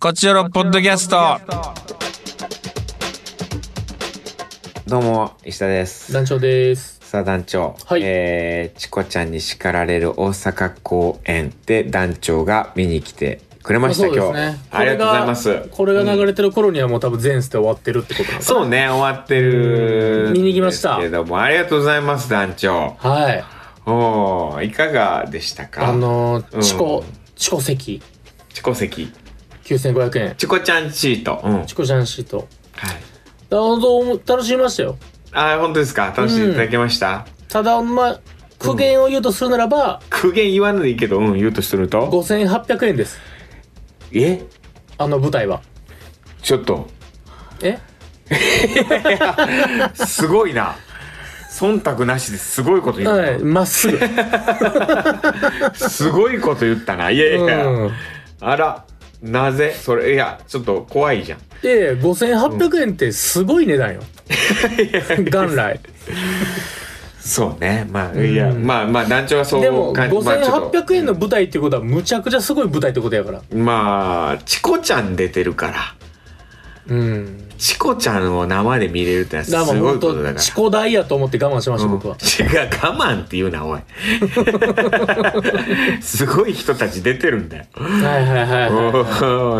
こちらのポッドキャスト。どうも石田です。団長です。さあ団長、はいえーチコちゃんに叱られる大阪公演で団長が見に来てくれました、そうで今す日ね。ありがとうございます。これが流れてる頃にはもう多分前世終わってるってことなんですそうね終わってるうん見に来ましたんですけどもありがとうございます団長。はい。おーいかがでしたか。あのーうんチコ、チコ席チコ席9500円。チコちゃんシート。うん。はい。チコちゃんシート。あの楽しみましたよ。あー本当ですか楽しんでいただけました。ただ、まあ、苦言を言うとするならば、苦言言わないでいいけどうん言うとすると。 5800円です。えあの舞台は。ちょっと。えすごい な。忖度なしですごいこと言った、はい、まっすぐ。すごいこと言ったな。いやいやいや、うん。あら、なぜそれ、いや、ちょっと怖いじゃん。で、5800円ってすごい値段よ。元来。そうね。まあ、いや、うんまあまあ、団長は そでうも、感じまあちょっと5800円の舞台ってことは、むちゃくちゃすごい舞台ってことやから。まあ、チコちゃん出てるから、うん。チコちゃんを生で見れるってのはだからすもうごい本ことだ当、かチコ代やと思って我慢しましら。た、うん違う僕は我。慢って言う なおいすごい人たち出てるんだよ、はいはいはいはい。お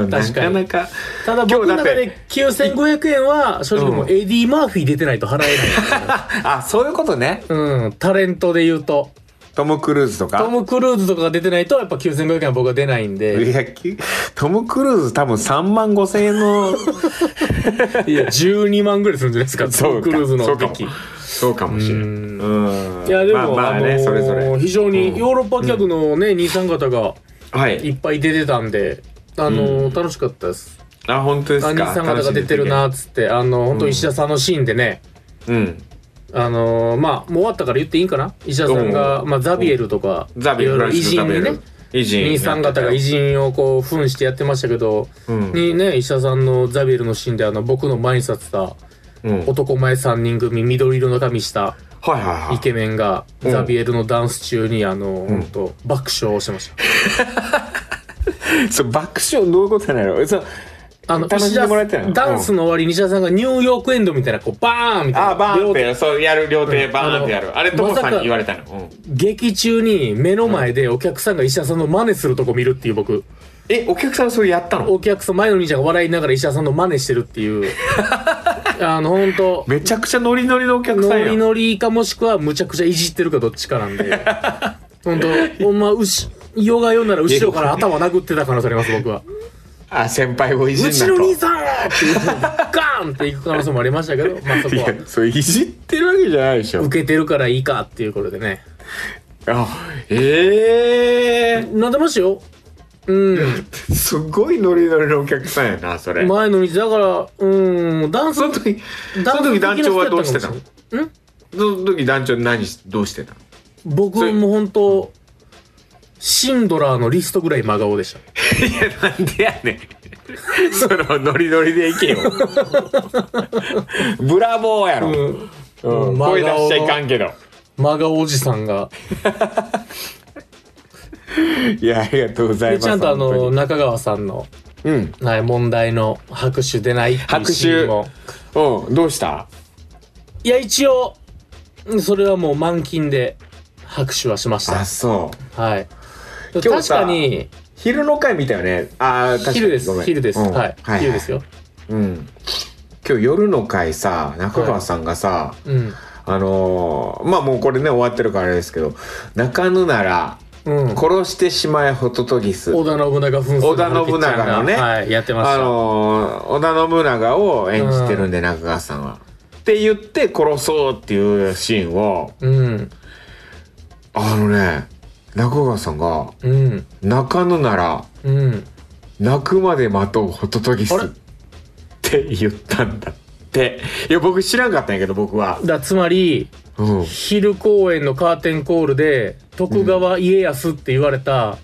ーな確かかになかただ今日僕だのっ中てで9500円は、正直もううんエディ・マーフィー出てないと払 えない。あそういうことねうん、タレントで言うと。トム・クルーズとかトム・クルーズとかが出てないと、やっぱ9500円は僕は出ないんいで。やきトム・クルーズ多分3万5千円 のいや、12万ぐらいするんじゃないですか、トム・クルーズの時。そうかもしれないうんいや、でも、まあまああのねーそれぞれ非常にヨーロッパ客のね、兄さん方がはいいっぱい出てたんで、あのー楽しかったです。あ本当ですか兄さん方が出てるなーっつって、あのー本当石田さんのシーンでね、うんあのーまあ、もう終わったから言っていいんかな石田さんが、うまあ、ザビエルとか、ザビエいルろいろ偉人にね、偉人兄さん方が偉人をこう、扮してやってましたけど、うんにね、石田さんのザビエルのシーンで、あの、僕の前に立ってた、うんはい男前3人組、緑色の髪したはいはいイケメンが、うんザビエルのダンス中に、あのー、本当爆笑してました。 そう爆笑どういうことなのそうあの、楽しんでもらえ石て田ないさのんダンスの終わりに石田さんがニューヨークエンドみたいな、こう、バーンみたいな。あバーンっ両手てそうやる両手うんバーンってやるあれまさトかモさんに言われたのうん劇中に目の前でお客さんが石田さんの真似するとこ見るっていう僕、えお客さんそれやったのお客さん、前の兄ちゃんが笑いながら石田さんの真似してるっ ていう。あの、ほんと、めちゃくちゃノリノリのお客さノんやリんノリかもしくはむちゃくちゃいじってるかどっちかなん で。ほんと、ほんま、うし、ヨガ用なら後ろから頭殴ってた可能性あります、僕は。あ先輩をいうじんちなのと兄さんっていうガーンっていく可能性もありましたけ ど、まあそこいはや、それいじってるわけじゃないでしょ。受けてるからいいかっていうことでね。あ、ええなんでましたよ。 うん。すごいノリノリのお客さんやな、それ。前の日、だから、うん、ダンスその時、その時団長はどうしてたのうんその時団長何し、どうしてたの僕も本当シンドラーのリストぐらい真顔でした。いや、なんでやねん。 そのノリノリでい けよ。ブラボーやろ。うん、うんうん声出しちゃいかんけど。真顔おじさんが。いや、ありがとうございで、ます。ちゃんとあ本の、当に中川さんの、うん。はい、問題の拍手出ないっていう拍シーンも。手。うん、どうしたいや、一応、うんそれはもう満勤で拍手はしましあ、た。そう。はい。で今日確さかに、昼の回見たよね。あー、確かに昼でごめす。ん昼です。うんはい。昼ですよ。うん。今日夜の回さ、中川さんがさ、うん。あのーまあもうこれね、終わってるからあれですけど、泣かぬなら、うん。殺してしまえホトトギス。織田信長紛争織田信長のねはい、やってました。あのー織田信長を演じてるんで、中川さんは。って言って殺そうっていうシーンを、うん。あのね、中川さんが、うん。泣かぬなら、うん。泣くまで待とうホトトギスあれって言ったんだって。いや、僕知らんかったんやけど、僕は。だつまりうん。昼公演のカ ーテンコールで徳川家康って言われた、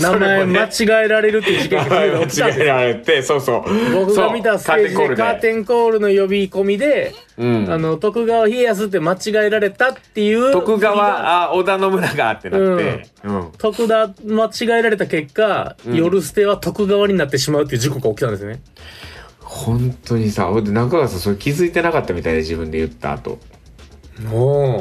名前間違えられるっていう事件が間起きたん違えですられてそう そう僕が見たステージそうでカカーーテンテンコールの呼び込みで、コールで、うあん、の徳川家康って間違えられたっていう徳川あ織田信長ってなって、うん徳田間違えられた結果、夜捨ては徳川になってしまうっていう事故が起きたんですね本当にさほんで中川さんそれ気づいてなかったみたいで自分で言った後お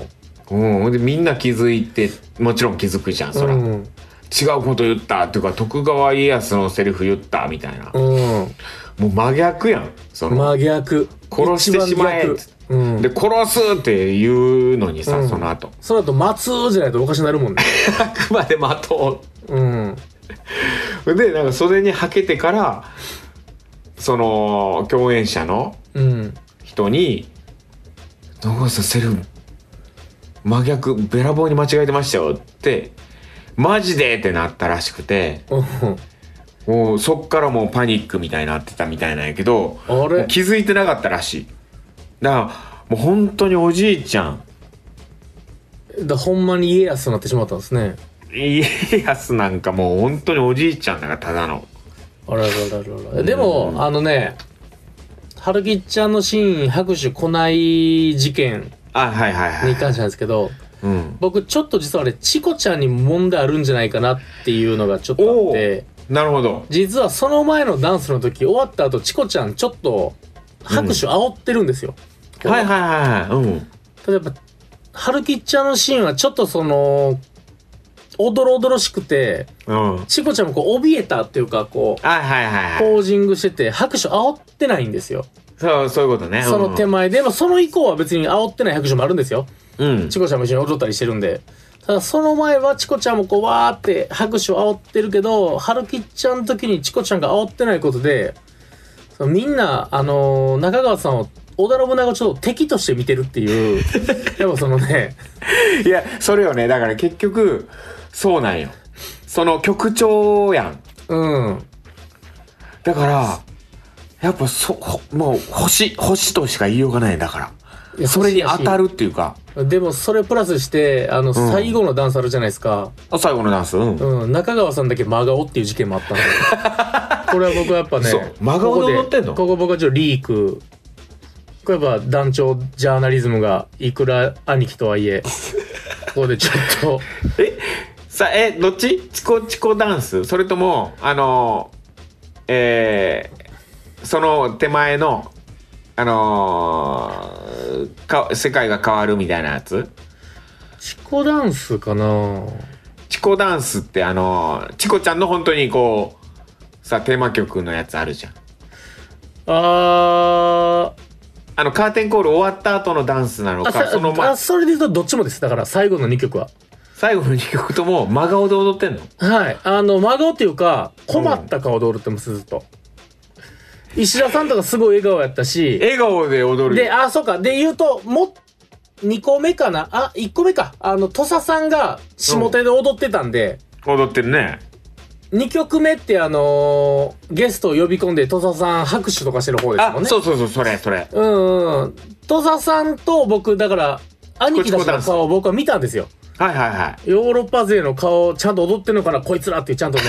うん、ほんでみんな気づいてもちろん気づくじゃんそら、違うーこと言ったっていうか徳川家康のセリフ言ったみたいな、うんうんもう真逆やんその、真逆殺してしまえ一番逆うんで殺すって言うのにさ、うんその後 その後待つじゃないとおかしになるもんねあくまで待とうんうでなんか袖にはけてからその共演者のうん人に「野川さんセリフ真逆べらぼうに間違えてましたよ」って「マジで!」ってなったらしくてうんもうそっからもうパニックみたいになってたみたいなんやけどあもうれ気づいてなかったらしいだからもう本当におじいちゃんだほんまに家康になってしまったんですね家康なんかもう本当におじいちゃんだからただのあららららららでもあのね春吉ちゃんのシーン拍手来ない事件あはいはいはいに関してなんですけどうん僕ちょっと実はねチコちゃんに問題あるんじゃないかなっていうのがちょっとあってなるほど実はその前のダンスの時終わった後チコちゃんちょっと拍手煽ってるんですよ、はいはいはいはいうん例えば春吉ちゃんのシーンはちょっとそのおどろおどろしくてうんはいチコちゃんもこう怯えたっていうかこうはいはいはいポージングしてて拍手煽ってないんですよそうそういうことねその手前でもその以降は別に煽ってない拍手もあるんですようんチコちゃんも一緒に踊ったりしてるんでただその前はチコちゃんもこうわーって拍手を煽ってるけど春吉ちゃんの時にチコちゃんが煽ってないことでそのみんなあのー中川さんを織田信長をちょっと敵として見てるっていうでもそのねいやそれよねだから結局そうなんよその曲調やんうんだからやっぱそほもう星星としか言いようがないんだかいらやそれに当たるっていうかでもそれプラスしてあの最後のダンスあるじゃないですか、あ最後のダンスうん、うん、中川さんだけ真顔っていう事件もあったんで これは僕はやっぱねそう真顔で踊ってんのここでここ僕はちょっとリークこれやっぱ団長ジャーナリズムがいくら兄貴とはいえここでちょっ とえさえどっちチコチコダンスそれともあのえーその手前のあのーか世界が変わるみたいなやつチコダンスかなチコダンスってあのーチコちゃんの本当にこうさテーマ曲のやつあるじゃんあーあのカーテンコール終わった後のダンスなのあかさその前あそれで言うとどっちもですだから最後の2曲は最後の2曲とも真顔で踊ってんのはいあの真顔っていうか困った顔で踊ってますずっと、石田さんとかすごい笑顔やったし笑顔で踊るで、あ、そうか。で、言うと、も、2個目かなあ、1個目か。あの、土佐さんが下手で踊ってたんで、踊ってるね二2曲目ってあのーゲストを呼び込んで土佐さん拍手とかしてる方ですあもんね。そうそうそうそれそれう。んうん。土佐さんと僕、だから、兄貴たちの顔を僕は見たんですよ。はいはいはいヨーロッパ勢の顔をちゃんと踊ってんのかなこいつらっていう ちゃんとね、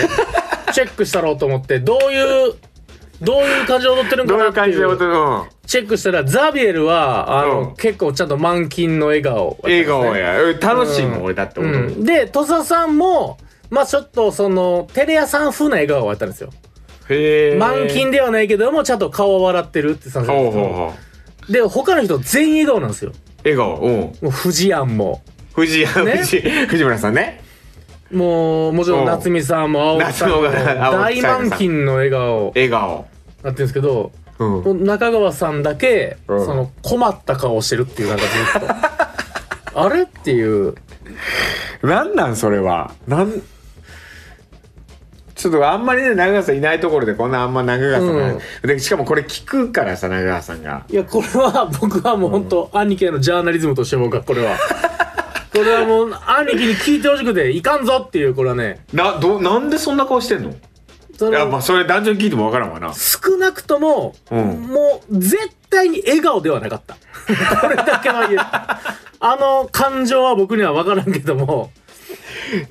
チェックしたろうと思って、どういう、どういう感じで踊ってるのどかうないう感っていじでう。踊るうんチェックしたら、ザビエルは、あの、うん結構ちゃんと満金の笑顔、笑顔。やうん楽しいもん、うん俺だってう踊る、ん。で、土佐さんも、まあちょっとその、テレ屋さん風な笑顔をやったんですよ。へえ満金ではないけども、ちゃんと顔は笑ってるってさほうほうほで、他の人全員笑顔なんですよ。う笑顔うんもう、藤井庵も。藤井ね藤井藤村さんねもう、もちろん夏美さんも青木さんも、夏美が青木大さん満金の笑顔笑顔なってるんですけど、うんもう中川さんだけ、うんその、困った顔をしてるっていう、なんかずっと。あ れっていう。なんなんそれはなんちょっとあんまりね長川さんいないところでこんなあんま長川さんが、でしかもこれ聞くからさ長川さんがいや、これは僕はもう本当、兄貴へのジャーナリズムとして僕はこれは。これはもう、兄貴に聞いてほしくて、いかんぞっていう、これはね。などなんでそんな顔してんのいそやまあのそれ男女に聞いてもわからんわな少なくとも、うんもう絶対に笑顔ではなかった。これだけは言える。あの感情は僕には分からんけども、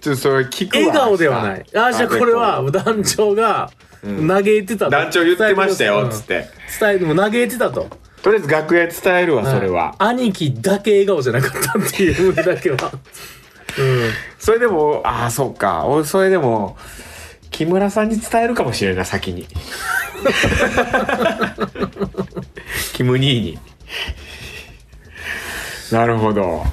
ちょっとそれ聞くわ笑顔ではない。あ、じゃあこれは、団長が、うん嘆いてたと。団長言ってましたよっつっ。て伝えても嘆いてたと。とりあえず楽屋伝えるわそれは、い兄貴だけ笑顔じゃなかったっていうだけは。うそれでもああそうか俺それでも木村さんに伝えるかもしれない先 にキム兄になるほどん。は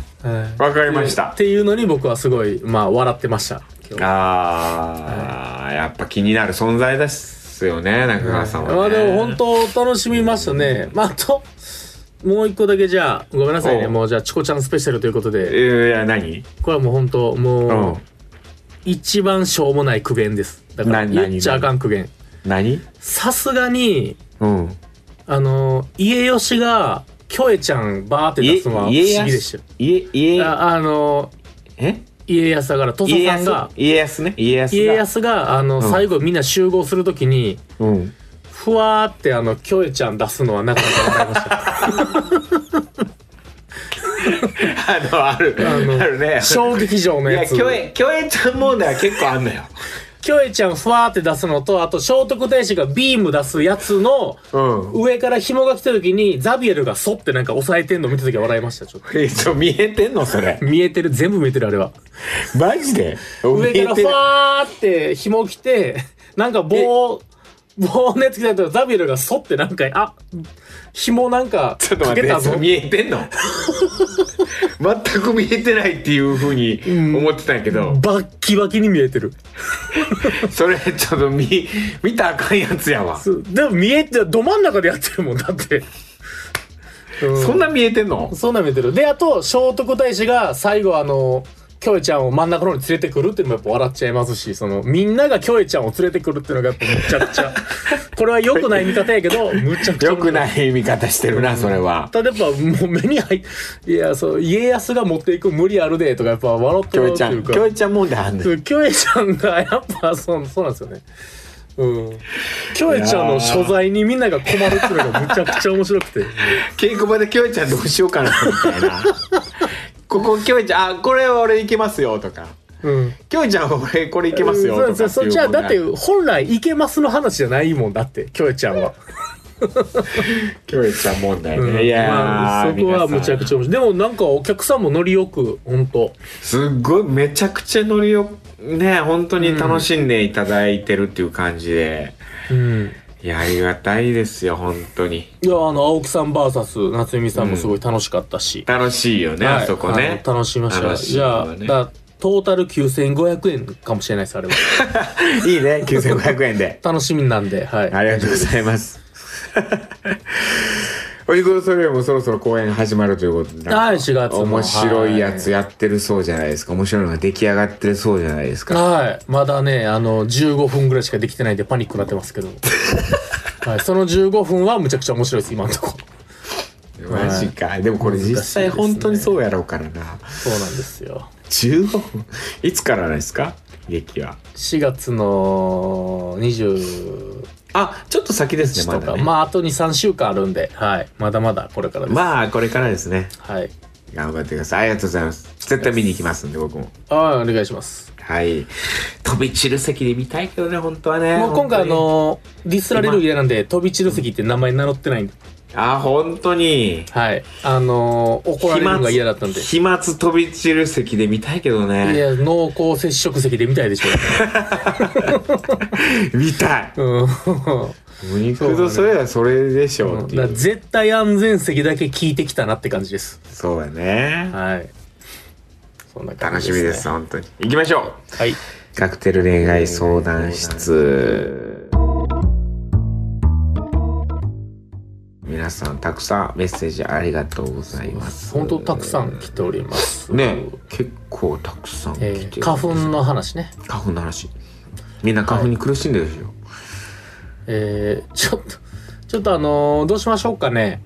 いわかりましたっていうのに僕はすごい、まあ、笑ってました。今日あー、やっぱ気になる存在ですよね中川さんは、ねまあでも本当楽しみましたね。まああと、もう一個だけじゃあ、ごめんなさいね。おうもうじゃあ、チコちゃんスペシャルということいで、や何これはもう本当、もうんう、一番しょうもない苦言です。だかなら、何言っちゃあかん苦言。何さすがに、うんあの、家吉が、キョエちゃんバーって出すのは不思議でしたよ。家家ああの、え家康だから、土佐家さんが康、家康ね家康が家康が、あの、ん最後みんな集合するときに、うん ふわーってあの、キョエちゃん出すのはなかなかわかりました。あのあるあ のあるね小劇場のいややつ。共演共演ちゃん問題は結構あんのよキョエちゃんふわーって出すのと、あと聖徳太子がビーム出すやつの、う上から紐が来た時に、ザビエルがそってなんか押さえてんの見た時は笑いました、ちょっと。ん えちょ見えてんのそれ見えてる、全部見えてる、あれは。マジで上見かえらてるふわーって紐来て、 なんか棒、棒のやつ来たとザビエルがそってなんか、あ、紐なんかちょっとか待けったてそ ぞれ。見えてんの全く見えてないっていうふうに思ってたんやけど、バッキバキに見えてる。それちょっと見見たらあかんやつやわそうでも見えて、ど真ん中でやってるもんだって。 うんそんな見えてんのそうなん見えてる。で、あと、聖徳太子が最後あの、キョエちゃんを真ん中の方に連れてくるっていうのもやっぱ笑っちゃいますし、その、みんながキョエちゃんを連れてくるっていうのがやっぱむちゃく ちゃ、これは良くない見方やけど、むちゃくちゃ。よくない見方してるなそれはただやっぱもう目に入っいや、そう、家康が持っていく無理あるで、とかやっぱ笑って共る演っちてゃいんうか。共演ちゃん問題あんねんそうキョエちゃんがやっぱそうそうなんですよね。うん。キョエちゃんの所在にみんなが困るっていうのがむちゃくちゃ面白く て。稽古場で共演ちゃんどうしようかなみたいなここ共演ちゃんあこれは俺いけますよとかうん。共演ちゃんは俺これいけますよとそうかなんですよそっちはだって本来いけますの話じゃないもんだってキョエちゃんは、共演ちゃん問題ね、うんいやー、まあそこはむちゃくちゃゃ面白いでもなんかお客さんもノリよく本当すっごいめちゃくちゃノリをね本当に楽しんでいただいてるっていう感じで、うんいやありがたいですよ本当にいやあの青木さん VS 夏美さんもすごい楽しかったし、楽しいよね、はいあそこねあの楽しみました楽しいじわゃねあだトータル9500円かもしれないですあれは いいね9500円で楽しみなんではいありがとうございます。 お肉のそれよりもそろそろ公演始まるということで、はないんか4月の面白いやつやってるそうじゃないですか。面白いのが出来上がってるそうじゃないですか。はいまだねあの15分ぐらいしかできてないんでパニックになってます けど、はい、その15分はむちゃくちゃ面白いです今のところマジか。でもこれ実際本当にそうやろうからな。そうなんですよ15分。いつからですか劇は。 4月の20あ、ちょっと先ですね、まとだか、ね。ままあ、ああと23週間あるんで、はい、まだまだこれからです、これからですね。はい頑張ってください。ありがとうございます。絶対見に行きますんで、僕も。はいお願いしますはい。飛び散る席で見たいけどね、本当はね。もう今本当回あにのディスられる家なんで飛び散る席って名前名乗ってないんであ、本当に。はいあのー怒られるのが嫌だったんで飛沫飛沫飛び散る席で見たいけどいね。や濃厚接触席で見たいでしょ見たい。うんお肉とそれはそれでしょうっていだからう。絶対安全席だけ聞いてきたなって感じですそうだね。はいそんな感楽じしです、みね、です、本当に。行きましょ。はいうカクテル恋愛相談室。皆さん、たくさんメッセージありがとうございます。本当たくさん来ておりますね、結構たくさん来てる、えー花粉の話ね花粉の話。みんな花粉に苦しんでるでしょ。えーちょっと、ちょっとあのーどうしましょうかね。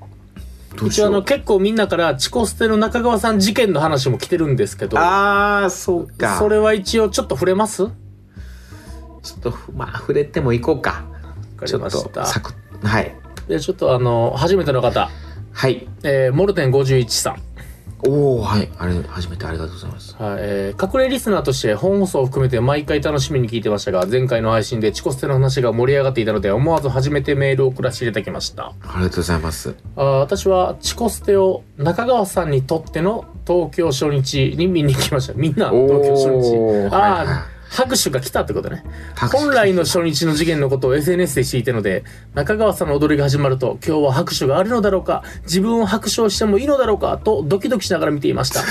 どうし一応よあうの、結構みんなから、チコステの中川さん事件の話も来てるんですけど、ああ、そうか。それは一応ちょっと触れますわちょっとふまあ触れてもいこうか。かちりょまっしとた。サクッはいで、ちょっとあのー初めての方、はいえーモルテン51さん。おおはいあれ初めてありがとうございますはい、えー隠れリスナーとして本放送を含めて毎回楽しみに聞いてましたが、前回の配信でチコステの話が盛り上がっていたので、思わず初めてメールを送らせていただきました。ありがとうございますあー私はチコステを中川さんにとっての東京初日に見に行きました。みんな東京初お日。ーああ、はいはい拍手が来たってことね。拍手本来の初日の事件のことを SNS でしていたので、中川さんの踊りが始まると、今日は拍手があるのだろうか、自分を拍手をしてもいいのだろうか、とドキドキしながら見てい ました。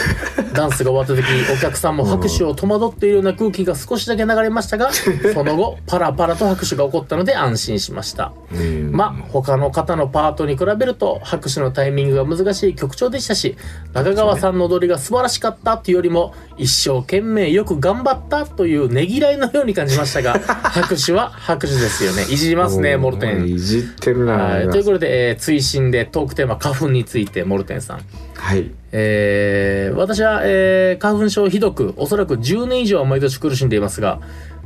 ダンスが終わった時、お客さんも拍手を戸惑っているような空気が少しだけ流れまし たが、その後、パラパラと拍手が起こったので安心しました。うんまあ、他の方のパートに比べると拍手のタイミングが難しい曲調でしたし中川さんの踊りが素晴らしかったというよりも一生懸命よく頑張ったというねぎらいのように感じましたが拍手は拍手ですよねいじりますねおーモルテン。いじってるなはい、ということで、えー追伸でトークテーマ花粉についてモルテンさんはいえー私は、えー花粉症ひどくおそらく10年以上は毎年苦しんでいますが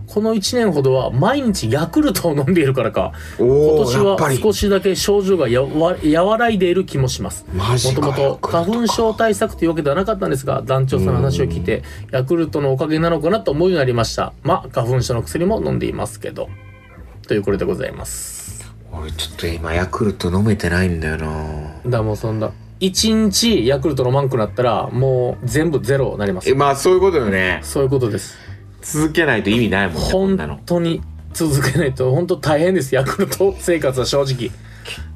この1年ほどは毎日ヤクルトを飲んでいるからかお今お年やっぱはり少しだけ症状がやわ和らいでいる気もしますマもジとかもと花粉症対策というわけではなかったんですが団長さんの話を聞いてヤクルトのおかげなのかなと思うようになりましたまあ花粉症の薬も飲んでいますけどというこれでございます俺ちょっと今ヤクルト飲めてないんだよなだからもうそんな1日ヤクルト飲まんくなったらもう全部ゼロになりますえまあそういうことよねそういうことです続けないと意味ないもんねこんなの本当に続けないと本当大変ですヤクルト生活は正直結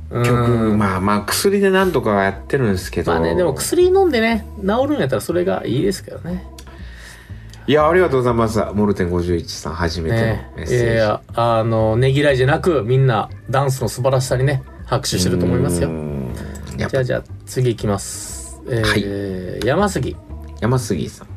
う局んまあまあ薬でなんとかはやってるんですけどまあね、でも薬飲んでね、治るんやったらそれがいいですけどね。いやありがとうございますモルテン51さん初めてのねメッいやいセージや、あの、ねぎらいじゃなく、みんなダンスの素晴らしさにね、拍手してると思いますうよ。んやっじゃぱあじゃあ、次行きます。えー山杉。山杉さん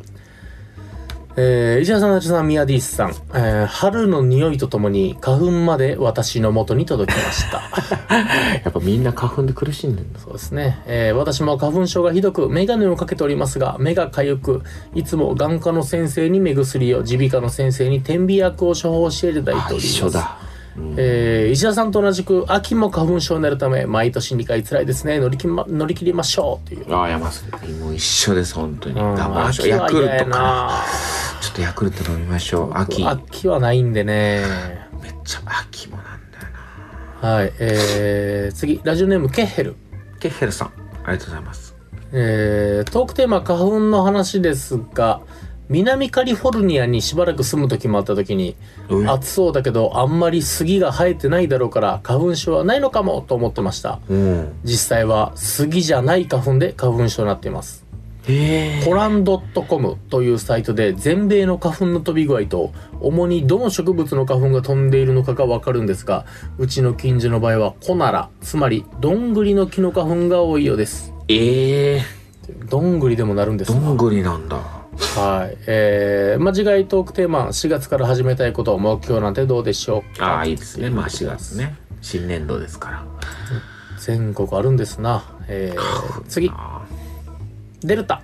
えー石原さん、ナチュさん、ミヤディースさん、えー春の匂いとともに花粉まで私の元に届きました。 やっぱみんな花粉で苦しんでんだそうですね、えー私も花粉症がひどく眼鏡をかけておりますが目がかゆくいつも眼科の先生に目薬を耳鼻科の先生に点鼻薬を処方していただいておりあます一緒だうんえー石田さんと同じく秋も花粉症になるため毎年2回辛いですね乗りき、ま、乗り切りましょうという、ああ山杉もう一緒です本当にうん頑張りましょう秋ヤはクル嫌やトかなちょっとヤクルト飲みましょう秋めっ秋はないんでねちゃ秋もなんだよなはいえー次ラジオネームケッヘルケッヘルさんありがとうございますえートークテーマ花粉の話ですが南カリフォルニアにしばらく住む時もあった時にうん暑そうだけどあんまり杉が生えてないだろうから花粉症はないのかもと思ってましたうん実際は杉じゃない花粉で花粉症になっていますへえコランドットコムというサイトで全米の花粉の飛び具合と主にどの植物の花粉が飛んでいるのかがわかるんですがうちの近所の場合はコナラつまりどんぐりの木の花粉が多いようですええどんぐりでもなるんですどかんぐりなんだはいえー、まあ次回トークテーマ4月から始めたいこと目標なんてどうでしょうかああいいですねまあ4月ね新年度ですから全国あるんですな、えー、次ああデルタ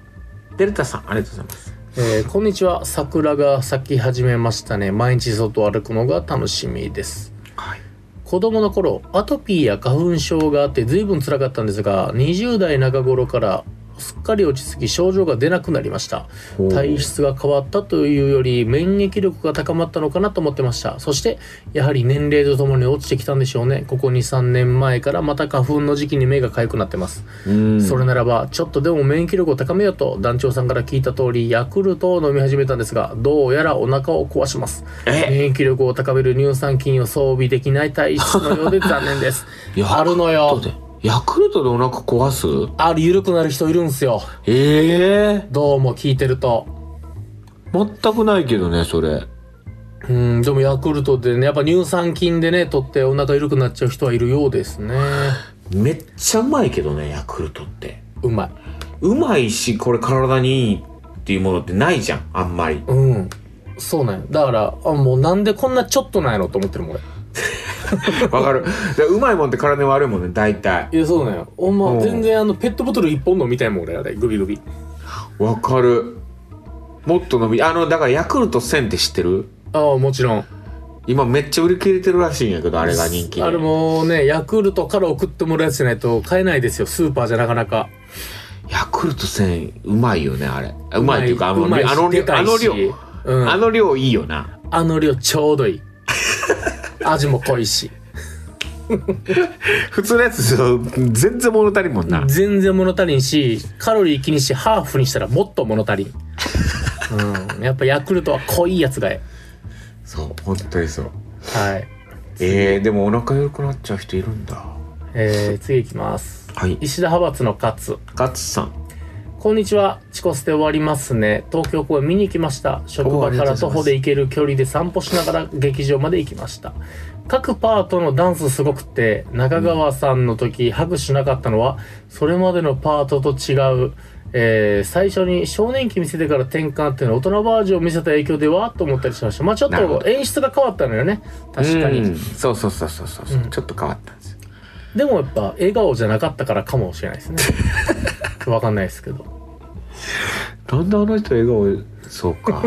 デルタさんありがとうございますえーこんにちは桜が咲き始めましたね毎日外を歩くのが楽しみですはい子供の頃アトピーや花粉症があって随分辛かったんですが20代中頃からすっかり落ち着き症状が出なくなりましたほう体質が変わったというより免疫力が高まったのかなと思ってましたそしてやはり年齢とともに落ちてきたんでしょうねここ23年前からまた花粉の時期に目が痒くなってますうんそれならばちょっとでも免疫力を高めようと団長さんから聞いた通りヤクルトを飲み始めたんですがどうやらお腹を壊しますえ免疫力を高める乳酸菌を装備できない体質のようで残念です ヤクルトあるのよでヤクルトでお腹壊すある緩くなる人いるんすよええどうも聞いてると全くないけどねそれうんでもヤクルトでねやっぱ乳酸菌でね取ってお腹緩くなっちゃう人はいるようですねめっちゃうまいけどねヤクルトってうまいうまいしこれ体にいいっていうものってないじゃんあんまりうんそうなんよだからあもうなんでこんなちょっとなんやろと思ってるもん俺わ かるだからうまいもんって体に悪いもんね大体いやそうなんよほんうまん全然あのペットボトル一本飲みたいもん俺あれグビグビわかるもっと伸びあのだからヤクルト1000って知ってるああもちろん今めっちゃ売り切れてるらしいんやけどあれが人気であれもねヤクルトから送ってもらうやつじゃないと買えないですよスーパーじゃなかなかヤクルト1000うまいよねあれうまいっていうかあのうまいしあので量かあいのし量、うん、あの量いいよなあの量ちょう どいい味も濃いし普通のやつ全然物足りんもんな全然物足りんしカロリー気にしてハーフにしたらもっと物足りん、うん、やっぱヤクルトは濃いやつがえそう本当にそうえはい、えー、でもお腹よくなっちゃう人いるんだえー、次いきますはい石田派閥の勝ガッツさんこんにちは。チコステ終わりますね。東京公演見に行きました。職場から徒歩で行ける距離で散歩しながら劇場まで行きました。各パートのダンスすごくて、中川さんの時拍手なかったのは、それまでのパートと違う、えー最初に少年期見せてから転換っていうのは大人バージョンを見せた影響ではと思ったりしました。まあちょっなるほと演出が変わったのよね。確かうにん。そうそうそうそうそう、ううんちょっと変わったんですよでもやっぱ笑顔じゃなかったからかもしれないで すね。わかんないですけど。なんであの人笑顔そうか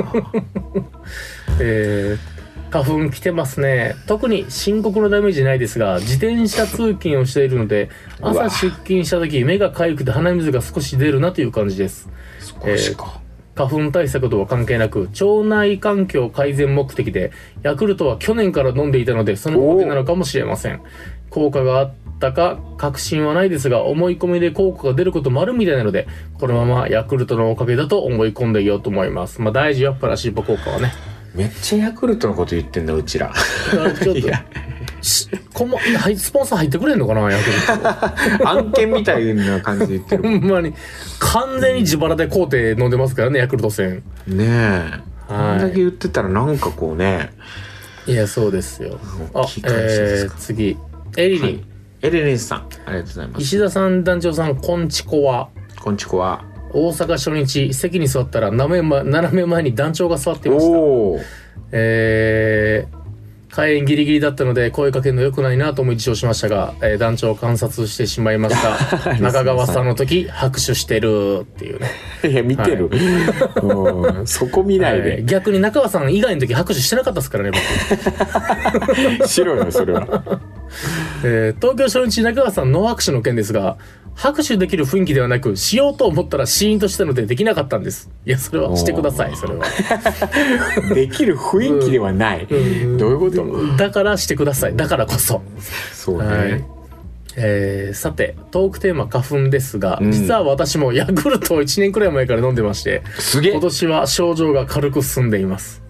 えー花粉来てますね特に深刻なダメージないですが自転車通勤をしているのでうわ朝出勤した時目が痒くて鼻水が少し出るなという感じです 少しか、花粉対策とは関係なく腸内環境改善目的でヤクルトは去年から飲んでいたのでそのおかげなのかもしれません効果があったか確信はないですが思い込みで効果が出ることもあるみたいなのでこのままヤクルトのおかげだと思い込んでいようと思いますまあ大事よやっぱラシーボ効果はねめっちゃヤクルトのこと言ってんだうちらちょっいとやしこんま、はいスポンサー入ってくれんのかなヤクルト。案件みたいな感じで言ってる ほんまに。完全に自腹で工程飲んでますからね、ヤクルト戦。 ねえこんだけは言ってたらなんかこうねい。いや、そうですよ。あ大きい、感じでえすー、か次。エリリン、はいエレレンさんありがとうございます石田さん、団長さん、こんちこは。こんちこは大阪初日、席に座ったら斜め,、ま、斜め前に団長が座っていました。おおえー、開演ギリギリだったので声かけるの良くないなと思い自重しましたが、えー団長を観察してしまいまし た。中川さんの時、拍手してるっていうね。いや見て る、うんそこ見ないえーで、逆に中川さん以外の時拍手してなかったですから ね僕、しろよそれはえー東京初日中川さんノー拍手の件ですが拍手できる雰囲気ではなくしようと思ったらシーンとしたのでできなかったんですいやそれはしてくださいそれは、できる雰囲気ではない、うんどういうことだからしてくださいだからこそそうね、はいえーさてトークテーマ花粉ですが、うん実は私もヤクルトを1年くらい前から飲んでましてすげえ今、年は症状が軽く進んでいます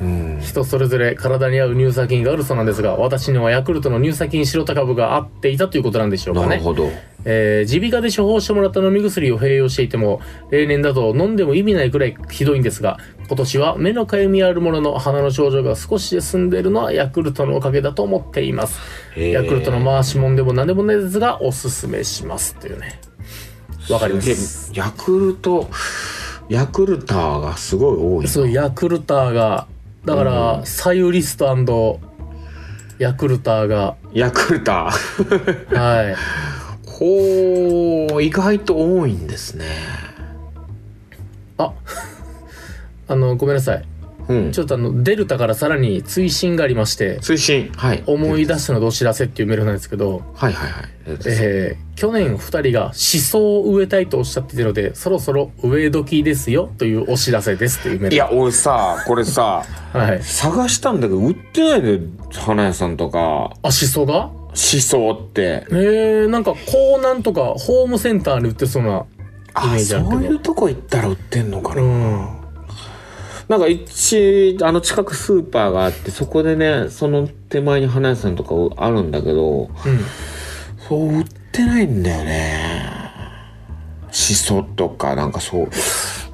うん、人それぞれ体に合う乳酸菌があるそうなんですが私にはヤクルトの乳酸菌白タ株が合っていたということなんでしょうかなねるほどえー耳鼻科で処方してもらった飲み薬を併用していても例年だと飲んでも意味ないくらいひどいんですが今年は目のかゆみはあるものの鼻の症状が少しで済んでいるのはヤクルトのおかげだと思っています、へーヤクルトの回しもんでも何でもないですがおすすめしますというねわかりますげえヤクルトヤクルターがすごい多いなそうヤクルターがだから、サユリストヤクルターがヤクルタ ーはいほう意外と多いんですねあ あのごめんなさいうんちょっとあのデルタからさらに追伸がありまして推進はい思い出したのでお知らせっていうメールなんですけど、はいはいはいありがとうございますえー去年2人が思想を植えたいとおっしゃっていたのでそろそろ植え時ですよというお知らせですというメールいや俺さこれさはい、探したんだけど売ってないのよ花屋さんとかあ思想がしそってえー、なんか港南とかホームセンターに売ってそうなイメあージあそるけどういうとこ行ったら売ってんのかな、うんなんか一あの近くスーパーがあってそこでねその手前に花屋さんとかあるんだけどそう売ってないんだよねしそとかなんかそう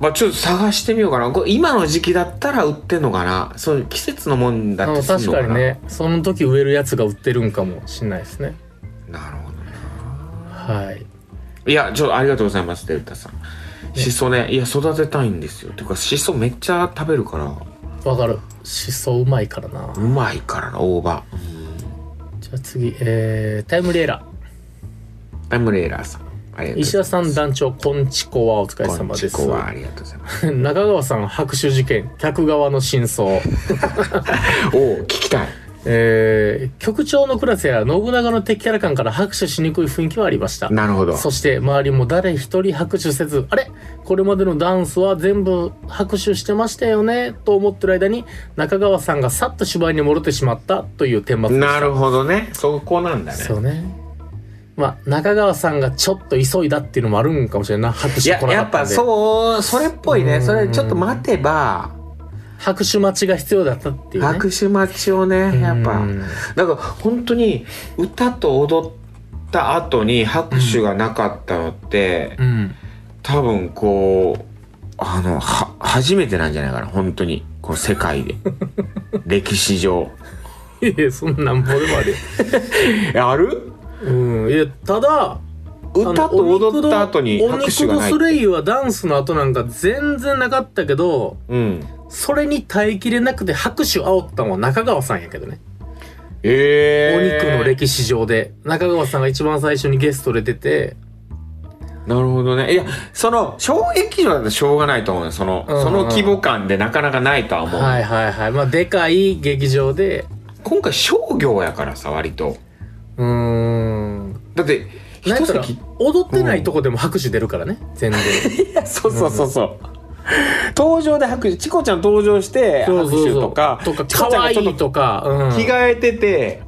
まあちょっと探してみようかなこれ今の時期だったら売ってんのかなそういう季節のもんうだん、あってのすん確のかかなにねその時植えるやつが売ってるんかもしんないですねなるほどねはいいや、ちょっとありがとうございます、デルタさん。シソね、いや、育てたいんですよ。ていうか、シソめっちゃ食べるから、わかる思想うまいからなうまいからな、大葉。じゃあ次えー、タイムレーラータイムレーラーさん。ありがとうご石ざい田さん団長こんちこはお疲れます。様こんでちすこは ありがとうございます。中川さん拍手事件客側の真相 おお、聞きたい。えー局長のクラスや信長の敵キャラ感から拍手しにくい雰囲気はありました。なるほど。そして周りも誰一人拍手せず、あれこれまでのダンスは全部拍手してましたよねと思ってる間に中川さんがさっと芝居に戻ってしまったという顛末でした。なるほどね。そこなんだね。そうね。まあ、中川さんがちょっと急いだっていうのもあるんかもしれんないな。拍い手や来なやかっったぱんで。そうそれっぽいねそれちょっと待てば拍手待ちが必要だったっていうね。拍手待ちをねやっぱうんなんか本当に歌と踊った後に拍手がなかったのってうん。多分こうあのは初めてなんじゃないかな本当にこう世界 で歴史上いや、そんなんぼでもあるよ。えあるうん。いや、ただ、歌と踊った後にお拍肉手がのないスレイユはダンスの後なんか全然なかったけど、うんそれに耐えきれなくて拍手煽ったのは中川さんやけどね。えおー、肉の歴史上で。中川さんが一番最初にゲストで出て、なるほどねいやその衝撃度だとしょうがないと思うよその、うんうんその規模感でなかなかないとは思う、はいはいはい。まあ、でかい劇場で、今回商業やからさ割とうーん。だってなん一やったら席踊ってないとこでも拍手出るからね、全然。そうそうそうそう。登場で拍手、チコちゃん登場してそう拍そう手そうとか、とか、チコちゃ可んが愛ちょいっととか、うん着替えてて、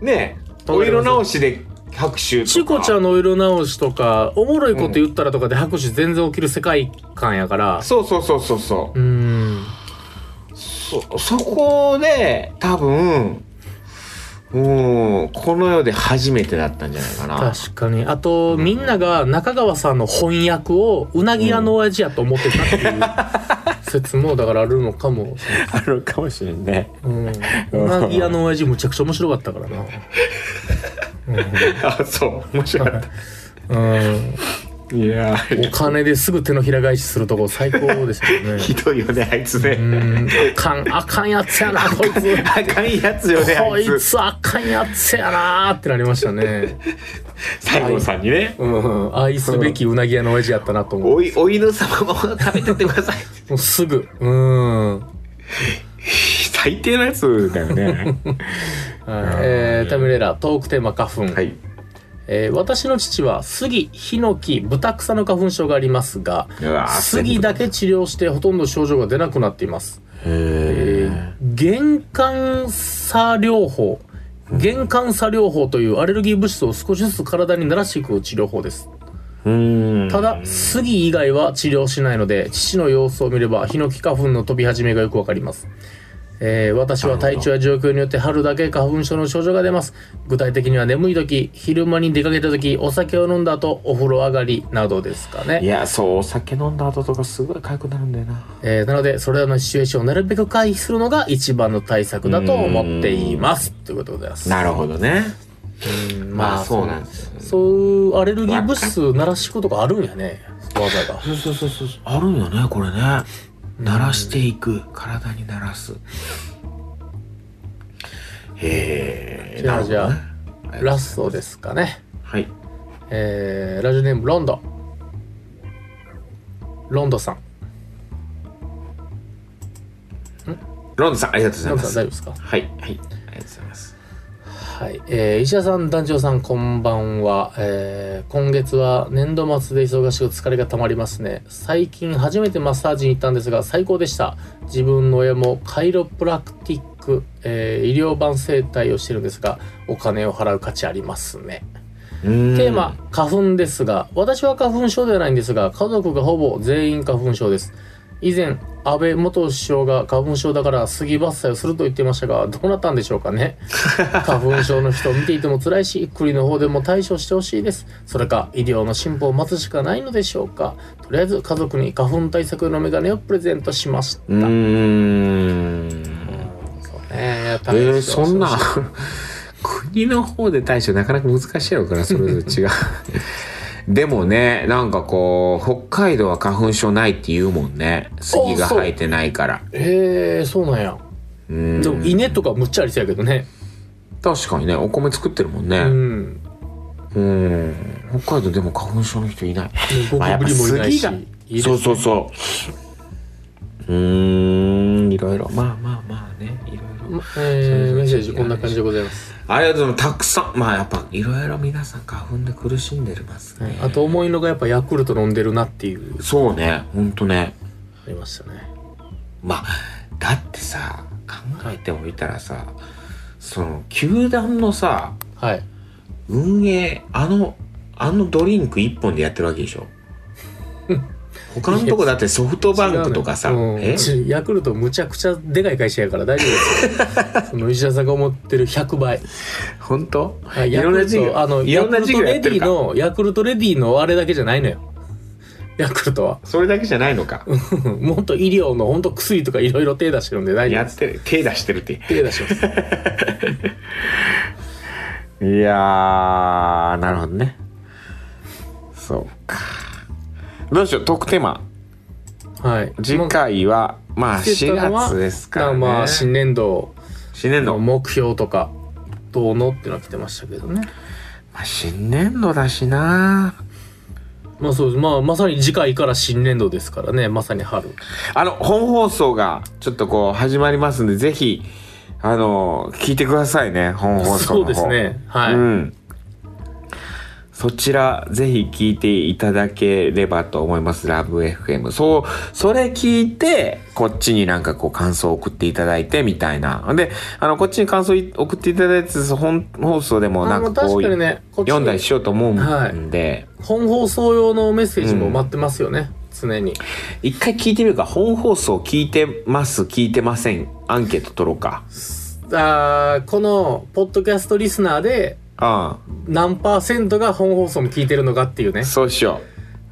ねえ、わおかりま色す直しで拍手とか。チコちゃんのお色直しとか、おもろいこと言ったらとかで拍手全然起きる世界観やから。そうそうそうそうそうーん。う。そ、そこで、多分、うん、この世で初めてだったんじゃないかな。確かに。あと、みんなが中川さんの翻訳をうなぎ屋の親父やと思ってたっていう 説も、だからあるのかもしれない。あるかもしれんね。うん。うなぎ屋の親父むちゃくちゃ面白かったからな。 あ、そう、面白かっうん。た。 いやお金ですぐ手のひら返しするとこ最高でしたよ ね。ひどいよね、あいつうね。ん。あかん、あかんやつやな、こいつ。あかんやつよね、 こあいいつ。つあかんやつやなーってなりましたね。西郷さんにね。うん、愛すべきうなぎ屋の親父やったなと思う。おいお犬様も食べてってくださ いもうすぐ。うん。最低なやつだよねはいえー、タミレラ、トークテーマ花 粉。はいえー私の父は杉、ヒノキ、ブタクサの花粉症がありますが、うわー杉だけ治療してほとんど症状が出なくなっています。へ玄関差療法。玄関差療法というアレルギー物質を少しずつ体に慣らしていく治療法です。うんただ、杉以外は治療しないので、父の様子を見れば、ヒノキ花粉の飛び始めがよくわかります。えー私は体調や状況によって春だけ花粉症の症状が出ます。具体的には眠い時、昼間に出かけた時、お酒を飲んだ後、お風呂上がりなどですかいね。やそうお酒飲んだ後とかすごい痒くなるんだよなえーなので、それらのシチュエーションをなるべく回避するのが一番の対策だと思っています。ということでございます。なるほどねうんまあそうなんですよそういうアレルギー物質鳴らしくとかあるんやね。わざが。そうそうそうそうあるんよねこれね鳴らしていく体に鳴らすへえじゃあじゃあなるほどねラストですかね。はいえーラジオネームロンドンロンドさんロンドさんありがとうございロンまドさん大す丈はい夫ですかはいありがとうございますはい、えー石田さん団長さんこんばんは、えー今月は年度末で忙しく疲れがたまりますね最近初めてマッサージに行ったんですが最高でした自分の親もカイロプラクティック、えー医療版整体をしてるんですがお金を払う価値ありますねうーんテーマ、花粉ですが、私は花粉症ではないんですが、家族がほぼ全員花粉症です。以前、安倍元首相が花粉症だから杉伐採をすると言ってましたが、どうなったんでしょう かね。花粉症の人を見ていても辛いし、国の方でも対処してほしいです。それか、医療の進歩を待つしかないのでしょうか。とりあえず、家族に花粉対策のメガネをプレゼントしました。うーんそうねえー、そんな国の方で対処なかなか難しいのかなそれぞれ 違うでもねなんかこう北海道は花粉症ないって言うもんね杉が生えてないからえー、そうなんや。うんでも、稲とかむっちゃありそうやけどね。確かにねお米作ってるもんうねん。うん北海道でも花粉症の人いないゴキブリもいないし。まあやっぱいいですそねうそうそううーんいろいろまあまあまあねいろいろまえーメッセージこんな感じでございます。ありがとうございます。たくさん、まあやっぱいろいろ皆さん花粉で苦しんでますね。あと重いのがやっぱヤクルト飲んでるなっていう、そうね、ほんとね。ありましたね。まあ、だってさ、考えてもみたらさ、その、球団のさ、はい。運営、あの、あのドリンク一本でやってるわけで しょ。他のとこだってソフトバンクとかさ、うんえちヤクルトむちゃくちゃでかい会社やから大丈夫 ですよ。その石田さんが思ってる100倍。本当はいいヤろクんなル事業、ト、あの、いヤろんクなル事ト業やレってデるィか。の、ヤクルトレディのあれだけじゃないのよ。ヤクルトは。 それだけじゃないのか。もっと医療の、ほんと薬とかいろいろ手出してるんで大丈夫やでっす。てる、手出してるって。手出します。いやー、なるほどね。そうか。どうしよう、トークテーマ。はい。次回は、まあ、つけ4たのは月ですから、ね。まあ、新年度新年の度。ま目標とか、どうのっていうのは来てましたけどね。あ、新年度だしな。まあそうです。まあ、まさに次回から新年度ですからね。まさに春。あの、本放送が、ちょっとこう、始まりますんで、ぜひ、あの、聞いてくださいね、本放送その方。うです。ね。はい。うん。そちら、ぜひ聞いていただければと思います。ラブ FM。そう、それ聞いて、こっちになんかこう感想を送っていただいてみたいな。で、あの、こっちに感想い送っていただいて、本放送でもなあんのかこ確う、かにね、こっち読んだりにしようと思うんで、本放送用のメッセージも待ってますよね。常に。一回聞いてみるか、本放送聞いてます、聞いてません、アンケート取ろうか。あーこの、ポッドキャストリスナーで、あ何パーセントが本放送も聞いてるのかっていうねあ、。そうしよ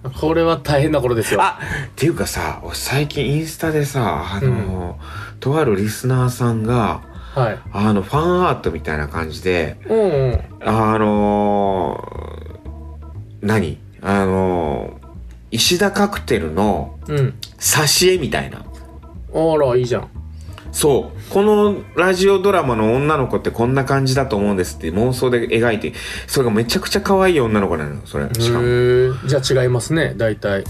う。これは大変な頃ですよ。あっていうかさ俺最近インスタでさあの、とあるリスナーさんがはい。あのファンアートみたいな感じでうんうん。あの何あの石田カクテルのうん。挿絵みたいなあら、いいじゃん。そうこのラジオドラマの女の子ってこんな感じだと思うんですって妄想で描いてそれがめちゃくちゃ可愛い女の子なのそれしかも へえ。じゃあ違いますね、大体。いや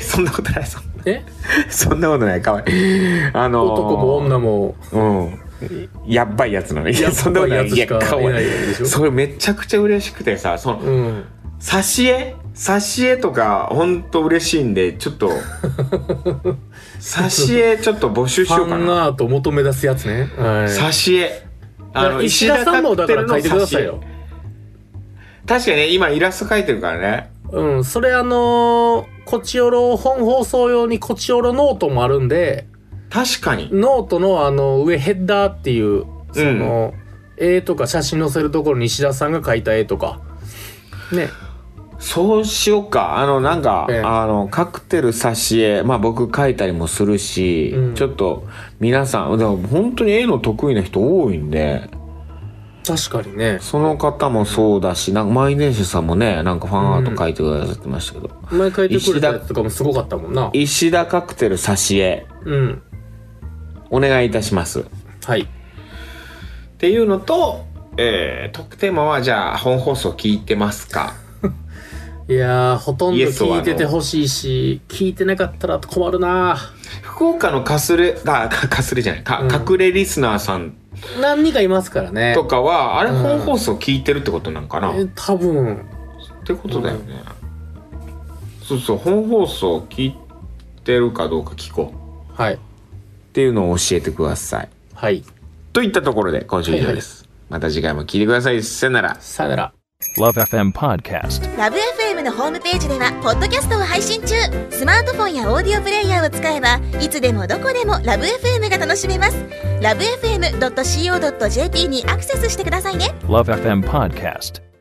そんなことないそんえ そんなことない可愛いあのー男も女も、うん。やっばいやつなの。いや、そんなことない。いや、やっぱりやつしかかいわないいい。でしょ。それめちゃくちゃ嬉しくてさ、その、うん。挿絵挿絵とか、ほんと嬉しいんで、ちょ っと、挿絵ちょっと募集しフようァかンな。アート求め出すやつね。は挿絵。い。あの石田さんもだから書いてくださいよ。。確かにね、今イラスト描いてるからね。うん、それあのー、こちおろ本放送用にこちおろノートもあるんで、確かに。ノートのあの上ヘッダーっていう、その、絵とか写真載せるところに石田さんが描いた絵とか、ね、そうしようか。あの、なんか、ええあの、カクテル挿絵、まあ僕書いたりもするし、うんちょっと皆さん、でも本当に絵の得意な人多いんで、確かにね。その方もそうだし、なんか満員電車さんもね、なんかファンアート書いてくださってましたけど、前描いてくれたやつとかもすごかったもんな。石田カクテル挿絵、うん。お願いいたします。っはい。ていうのと、えー、特テーマはじゃあ本放送聞いてますかいやー、ほとんイどエス聞はいててほしいし、聞いてなかったら困るな福岡のかすれ、あ、かかすれじゃない、か、うん隠れリスナーさん何人かいますからねと。かは、あれうん本放送聞いてるってことなんかな、え多分、ってことだよね、そうそう本放送聞いてるかどうか聞こうはい。っていうのを教えてくださいはい。といったところで今週以上です、 また次回も聞いてくださいさよならさよなら。 Love FM Podcast. ラブ f m のホームページではポッドキャストを配信中スマートフォンやオーディオプレイヤーを使えばいつでもどこでもラブ f m が楽しめますラブ FM.co.jp にアクセスしてくださいね Love FM Podcast.